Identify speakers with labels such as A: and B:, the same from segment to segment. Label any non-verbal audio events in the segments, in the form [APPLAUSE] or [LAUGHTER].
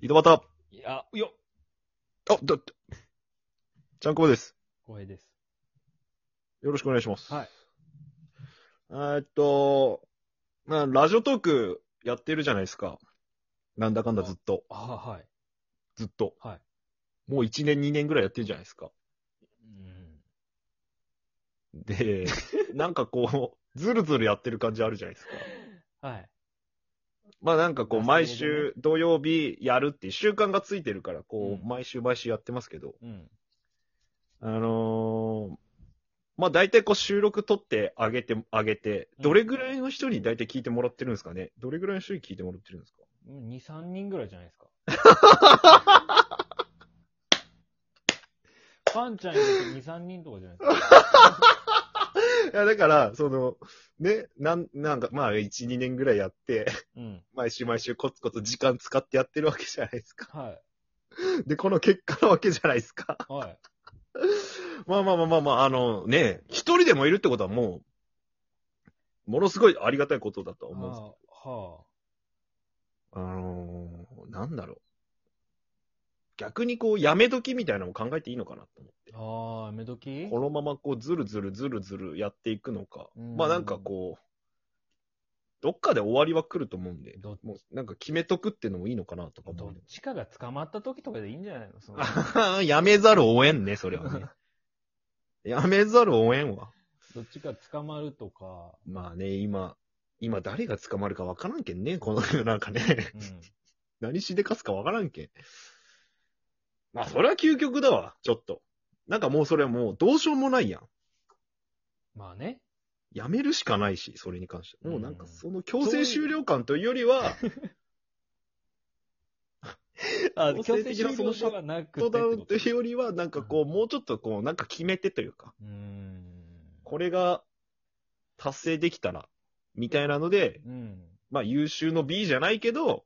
A: 井戸端
B: いや、よっ
A: あ、だ、ちゃんこぼです。
B: 光栄です。
A: よろしくお願いします。
B: はい。
A: えーっと、まあ、ラジオトークやってるじゃないですか。なんだかんだずっと、
B: ああ、はい。
A: ずっと。。
B: はい
A: もう1年、2年ぐらいやってるじゃないですか。
B: うん。
A: [LAUGHS] で、なんかこう、ずるずるやってる感じあるじゃないですか。
B: はい。
A: まあなんかこう、
B: まあ
A: 毎
B: そういう
A: 週土曜日やるっていう習慣がついてるから、こ
B: う
A: う、
B: ん
A: 毎週毎週やってますけど、
B: うん。
A: あのー、まあ大体こう収録撮ってあげて、あげて、どれぐらいの人に大体聞いてもらってるんですかねどれぐらいの人に聞いてもらってるんですか
B: 2、3人ぐらいじゃないですか。 [LAUGHS] パンちゃんに2、3人とかじゃないですか。
A: いや、だから、その、ね、なん、なんか、まあ、1、2年ぐらいやって、 [LAUGHS]
B: うん。
A: 毎週毎週コツコツ時間使ってやってるわけじゃないですか。
B: はい。
A: で、この結果なわけじゃないですか。
B: はい。
A: まあまあまあまあまあ、あの、ね、一人でもいるってことはもう、ものすごいありがたいことだとは思うんです
B: はあ、は
A: あのー、なんだろう。逆にこう、やめ時みたいなのも考えていいのかなと思って。
B: あ。ああ、めどき
A: このままこう、ずるずるずるずるやっていくのか。
B: うん
A: まあなんかこう、どっかで終わりは来ると思うんで、
B: ど
A: もうなんか決めとくってのもいいのかなとか
B: ど
A: 思
B: っ
A: う。
B: ちかが捕まった時とかでいいんじゃないの [LAUGHS] その
A: あはは [LAUGHS] やめざるを得んね、それはね。 [LAUGHS] やめざるを得んわ。
B: どっちか捕まるとか。
A: まあね、今、今誰が捕まるかわからんけんね、この世なんかね。 [LAUGHS]
B: うん。
A: 何しでかすかわからんけん。まあ、それは究極だわ、ちょっと。なんかもうそれはもうどうしようもないやん。
B: まあね。
A: やめるしかないし、それに関しては。もうなんか
B: うん
A: その強制終了感というよりは、あ強制的なそのシャッ
B: はなくて
A: ト
B: って
A: ダウ
B: こ
A: ンというよりは、なんかこう、
B: うん
A: もうちょっとこう、なんか決めてというか、
B: と。うん。
A: これが達成できたら、みたいなので、
B: うん。
A: まあ優秀の B じゃないけど、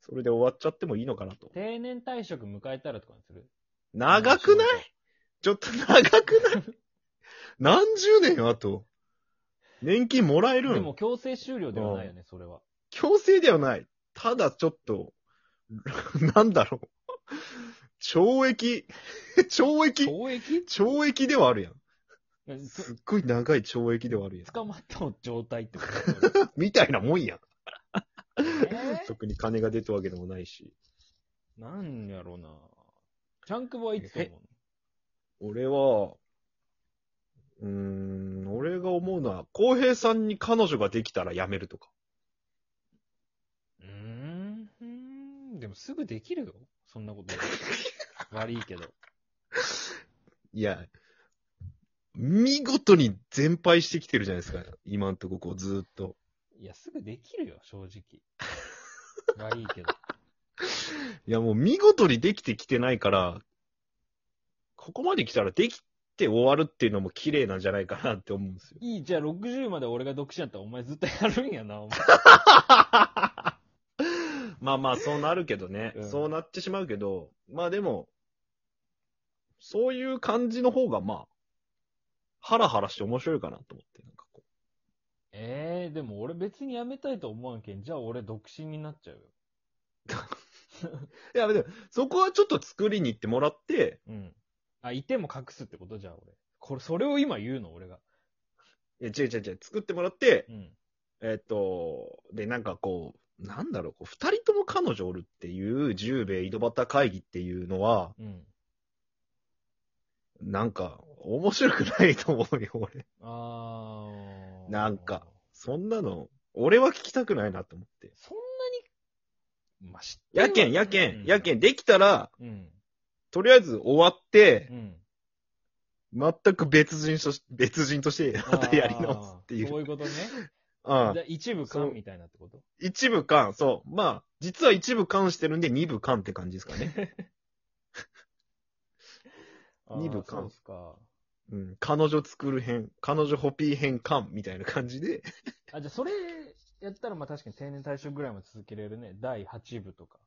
A: それで終わっちゃってもいいのかなと。
B: 定年退職迎えたらとかにする
A: 長くない
B: い
A: ちょっと長くない何十年よあと。年金もらえる
B: で
A: ん
B: も強制終了ではないよね、それは。
A: 強制ではない。ただちょっと、 [LAUGHS] なんだろう。懲役。 [LAUGHS] 懲役。
B: 懲役
A: 懲役ではあるやん。
B: つ
A: すっごい長い懲役ではあるやん。
B: 捕まった状態ってこと
A: みたいなもんやん。
B: だよ
A: [LAUGHS]
B: ね
A: 特に金が出たわけでもないし。
B: なんやろうな。チャンクボはいつだもん。
A: 俺は、うーん、俺が思うのは、浩平さんに彼女ができたら辞めるとか。
B: うーんうーん。でもすぐできるよ。そんなこと。
A: [LAUGHS]
B: 悪いけど。
A: いや、見事に全敗してきてるじゃないですか。今んとここうずーっと。
B: いや、すぐできるよ、正直。悪いけど。
A: いやもう見事にできてきてないから、ここまで来たらできて終わるっていうのも綺麗なんじゃないかなって思うんですよ。
B: いい、じゃあ60まで俺が独身やったらお前ずっとやるんやな、お
A: [LAUGHS]
B: 前。
A: まあまあそうなるけどね、
B: うん
A: そうなってしまうけど、まあでも、そういう感じの方がまあ、ハラハラして面白いかなと思って、なんかこ
B: ええー、でも俺別に辞めたいと思わんけん。じゃあ俺独身になっちゃうよ。
A: う。いやでも、そこはちょっと作りに行ってもらって、
B: うん。あ、いても隠すってことじゃあ俺。これ、それを今言うの、俺が。
A: いや、違う違う違う、作ってもらって
B: う、ん。
A: えっ、と、で、なんかこう、なんだろう、こう二人とも彼女おるっていう、十兵衛井戸端会議っていうのは、
B: うん。
A: なんか、面白くないと思うよ、俺。
B: あー。
A: なんか。そんなの、俺は聞きたくないなと思って。
B: そんなに、まあ、知ってるわ
A: やけん、やけ
B: うん
A: ん、やけん、できたら、
B: うん。
A: とりあえず終わって
B: う、ん。
A: 全く別人とし、別人として、 [LAUGHS] またやり直すってい
B: あーそう
A: う。
B: いうことね。
A: うん
B: じゃあ一部
A: そう
B: 勘みたいなってこと
A: 一部間、そう。まあ、実は一部間してるんで、二部間って感じですかね。
B: [LAUGHS]
A: 二部
B: か
A: 勘
B: そうっすか。
A: うん、彼女作る編、彼女ホピー編感みたいな感じで、
B: あ、じゃあそれ、やったらまあ確かに定年退職ぐらいも続けれるね。第8部とか。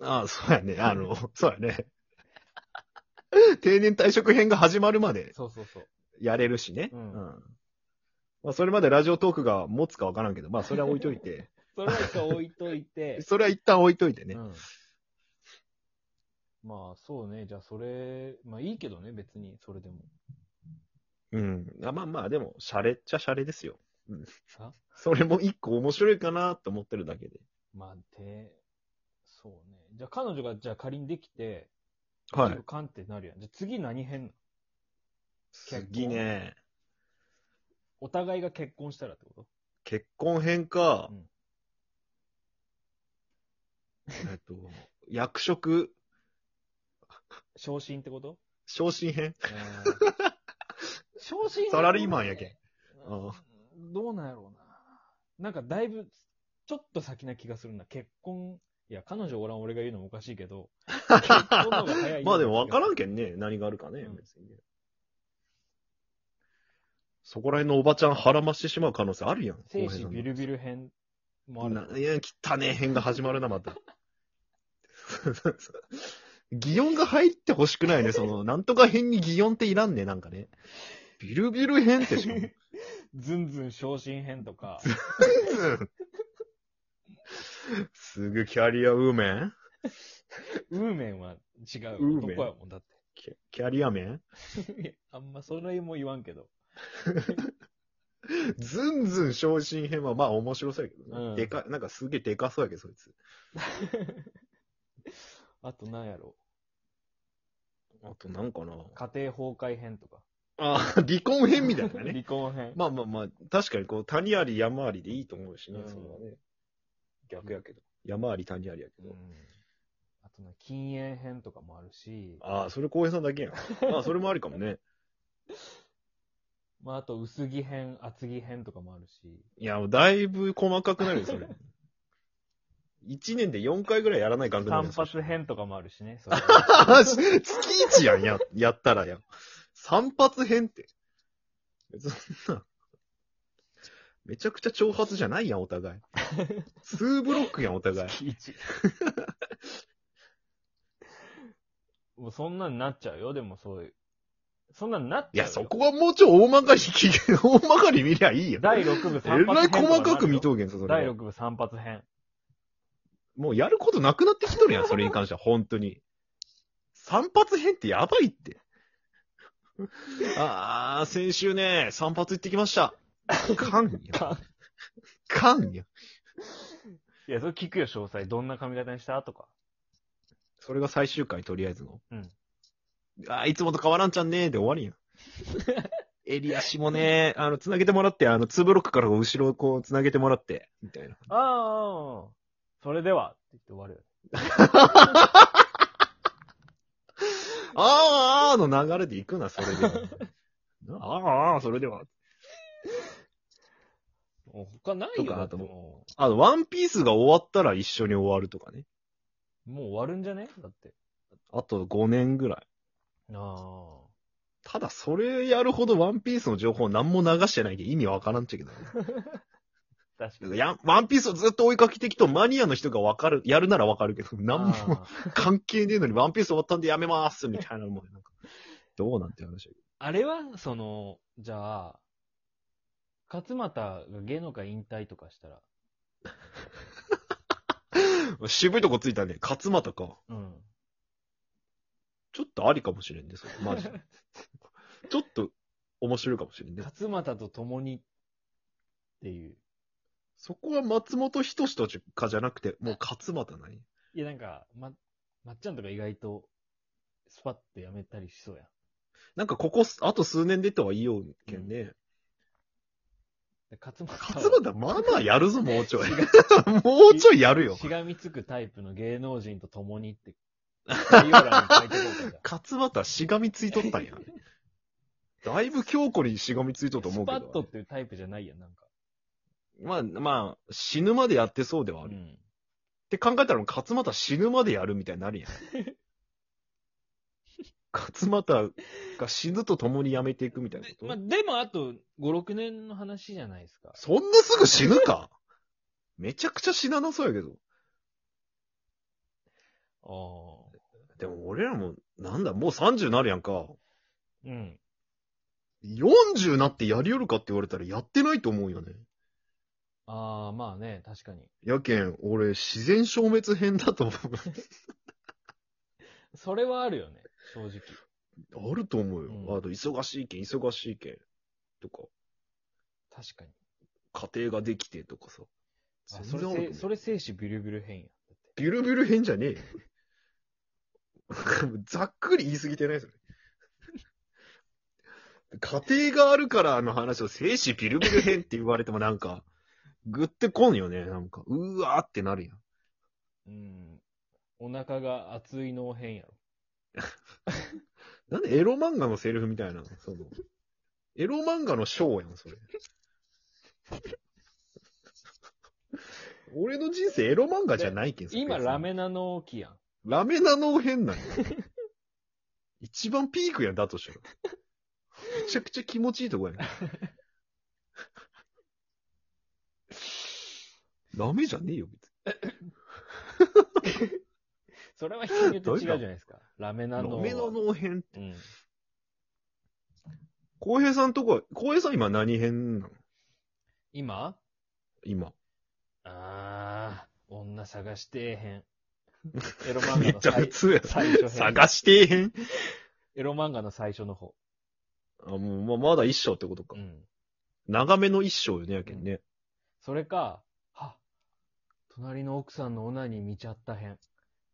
A: ああ、そうやね、あの、そうや
B: [LAUGHS]
A: ね。定年退職編が始まるまで
B: そうそうそう。
A: やれるしね。
B: うん
A: まあ、それまでラジオトークが持つかわ
B: [LAUGHS]
A: からんけど、まあ、それは置いといて、
B: それは一回置いといて。
A: それは一旦置いといてね。
B: うん。まあ、そうね。じゃあ、それ、まあいいけどね、別に、それでも。
A: うん。あまあまあ、でも、シャレっちゃシャレですよ。
B: さ
A: それも一個面白いかなと思ってるだけで。
B: まあ、で、そうね。じゃあ、彼女が、じゃあ仮にできて、
A: は
B: ち
A: い
B: ょっと。カンってなるやん。じゃあ、次何変なの
A: 次ね、
B: お互いが結婚したらってこ
A: 結婚編か、
B: うん
A: えっと、役職、
B: と昇進ってこと
A: 昇進編 [LAUGHS]
B: うん昇進
A: サラリーマンやけん
B: うん
A: あ
B: どうなんやろうな。なんかだいぶ、ちょっと先な気がするな。結婚、いや、彼女おらん俺が言うのもおかしい
A: [LAUGHS]
B: けど、結婚の方が早い
A: まあでも分からんけんね、何があるかね、
B: うん
A: 別にね。そこら辺のおばちゃん腹増してしまう可能性あるやん。
B: 精子ビルビル編もある。
A: ないや、汚ねえ編が始まるな、また。 [LAUGHS] 擬音が入ってほしくないね、その、なんとか編に擬音っていらんね、なんかね。ビルビル編ってしかも。
B: ズンズン昇進編と
A: [LAUGHS]
B: か、
A: すぐキャリアウーメン
B: ウーメンは違
A: ウ
B: う。
A: ーメン
B: 男やもん、だっ
A: キャキャリアメン
B: て。い [LAUGHS] やあんまそれも言わんけど。
A: ずんずん昇進編はまあ面白そうやけどね。
B: うん
A: でか、なんかすげえでかそうやけど、そいつ。
B: あとなんやろ
A: あとなんかな
B: 家庭崩壊編とか。
A: あ、離婚編みたいなね。
B: 離婚編。
A: まあまあまあ、確かにこう、谷あり山ありでいいと思うしね、
B: うん
A: それはね。
B: 逆やけど。
A: 山あり谷ありやけ
B: う
A: ど。
B: ん。あとね、禁煙編とかもあるし、
A: ああ、それ浩平さんだけ
B: [LAUGHS]
A: やん。まあ、それもありかもね。
B: まあ、あと薄着編、厚着編とかもあるし、
A: いや、もうだいぶ細かくなるよ、それ。一年で4回ぐらいやらない感覚
B: 単
A: ねそした
B: 発
A: ら
B: 編とかもある
A: [LAUGHS]
B: しね。それ
A: あし月一やん、や、やったらやん。散髪編って。そんな。めちゃくちゃ挑発じゃないやん、お互
B: [LAUGHS]
A: い。ツーブロックやん、お互い。
B: 月一。 [LAUGHS] もうそんなんなっちゃうよ、でもそういう。そんなんなっ
A: い
B: ちゃ
A: や、
B: うよ。
A: そこはもうちょい大まかに聞け、大まかに見りゃいいよ。
B: 第6部
A: え
B: 3
A: らい
B: 発編
A: 細かく見
B: と
A: とうけんさ、そ
B: かなる
A: れ
B: よ。第
A: は。
B: 6部3発
A: [LAUGHS]
B: 編。
A: もうやることなくなってきとる
B: [LAUGHS]
A: やん、それに関しては、本当に。散髪編ってやばい
B: [LAUGHS]
A: って。ああ、先週ね、散髪行ってきま
B: [LAUGHS]
A: した。かんや。かんや。
B: いや、それ聞くよ、詳細。どんな髪型にしたとか。
A: それが最終回、とりあえずの。
B: うん。
A: あーいつもと変わらんちゃんねーで終わりやん。 [LAUGHS] 襟足もね、あの、つなげてもらって、あの、ツーブロックから後ろをこう、つなげてもらって、みたいな。
B: ああああ、それでは、って言って終わるよ。
A: あーあーの流れで行くな、それで
B: [LAUGHS]
A: は。あーあー、それでは。
B: もう他ないよ、
A: とかあ
B: だって
A: と
B: も
A: あの、ワンピースが終わったら一緒に終わるとかね。
B: う。もう終わるんじゃねだって。
A: あと5年ぐらい。
B: ああ。
A: ただ、それやるほどワンピースの情報何も流してないけど意味わからんっちゃけどね。
B: 確かに。
A: やワンピースをずっと追いかけてきとマニアの人がわかる、やるならわかるけど、何も
B: あー
A: 関係ねえのに、ワンピース終わったんでやめますみたいなのもなんか、どうなんて話だ
B: あれは、その、じゃあ、勝俣が芸能界引退とかしたら、
A: けど。渋いとこついたね。勝俣か。
B: うん。
A: ちょっとありかもしれんね、それ。マジで。ちょっと面白いかもしれんね。
B: 勝俣と共にっていう。
A: そこは松本人志とかじゃなくて、もう勝俣ない。
B: いや、なんか、ま、まっちゃんとか意外と、スパッとやめたりしそうやん。
A: なんかここ、あと数年でとは言いようけんね。
B: で勝俣は
A: 勝俣、まあまあやるぞ、もうちょい。 [LAUGHS] もうちょいやるよ
B: し。がみつくタイプの芸能人と共に
A: [LAUGHS]
B: って、概要欄に書いておこうかじゃ
A: 勝俣、しがみついとったん [LAUGHS] や。だいぶ強固にしがみついと
B: あ
A: ると思うけど。
B: スパッとっていうタイプじゃないやん、なんか。
A: まあ、まあ、死ぬまでやってそうではあ
B: う
A: る。っ
B: ん。
A: て考えたら、勝俣死ぬまでやるみたいになる [LAUGHS] やん。勝俣が死ぬと共にやめていくみたいなこ
B: で
A: と、
B: まあ、でも、あと、5、6年の話じゃないですか。
A: そんなすぐ死ぬかめちゃくちゃ死ななそうやけど。
B: ああ。
A: でも俺らも、なんだ、もう30になるやんか。
B: うん。
A: 40になってやりよるかって言われたらやってないと思うよね。
B: ああ、まあね、確かに。
A: やけん、俺、自然消滅編だと思う。
B: それはあるよね、正直。
A: [LAUGHS] あると思うよ。
B: うん
A: あと、忙しいけん、忙しいけん。とか、
B: 確かに。
A: 家庭ができてとかさ。
B: あ
A: 全然
B: そ
A: あると思
B: れ、
A: う
B: それ精子ビュルビュル変や。だって
A: ビュルビュル変じゃねえよ。 [LAUGHS] ざっくり言い過ぎてないそれ。家庭があるからの話を精子ビュルビュル変って言われてもなんか、ぐってこんよね。なんか、うわーってなるやん。
B: うん。お腹が熱いの変やろ。
A: なんでエロ漫画のセリフみたいなのその、エロ漫画のショーやん、それ。俺の人生エロ漫画じゃないけん、
B: 今、ラ
A: ン。
B: メナの起きやん。
A: ラメなの変なんよ。一番ピークやん、だとしたら。めちゃくちゃ気持ちいいとこやん。ラメじゃねえよ、別
B: それは人によって違うじゃないですか。 [LAUGHS] ラメナ
A: に。
B: の。
A: ラメなの変。
B: うん。
A: 浩平さんとこ、浩平さん今何変なの
B: 今
A: 今。
B: あー、女探してへ [LAUGHS] ん。エロ漫
A: め
B: 画
A: っ
B: の
A: ちゃ普
B: 最
A: 通や。
B: 最初編。
A: 探してへん。
B: エロ漫画の最初の方。
A: あ、もう、まあ、まだ一章ってことか
B: う。ん。
A: 長めの一章よね、やけんね。
B: それか、は、隣の奥さんのオナに見ちゃったへん。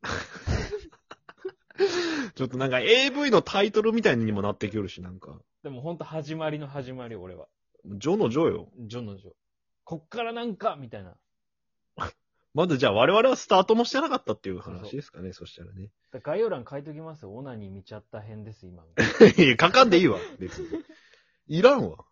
A: [LAUGHS] ちょっとなんか AV のタイトルみたいにもなってくるし、なんか。
B: でもほんと始まりの始まり、俺は。
A: ジョのジョよ。
B: ジョのジョ。こっからなんかみたいな。
A: まずじゃあ我々はスタートもしてなかったっていう話ですかね、そしたら
B: [LAUGHS]
A: ね。
B: だ概要欄書いときますよ。オナに見ちゃったへんです、今。
A: いや、書かんでいいわ、別に。いらんわ。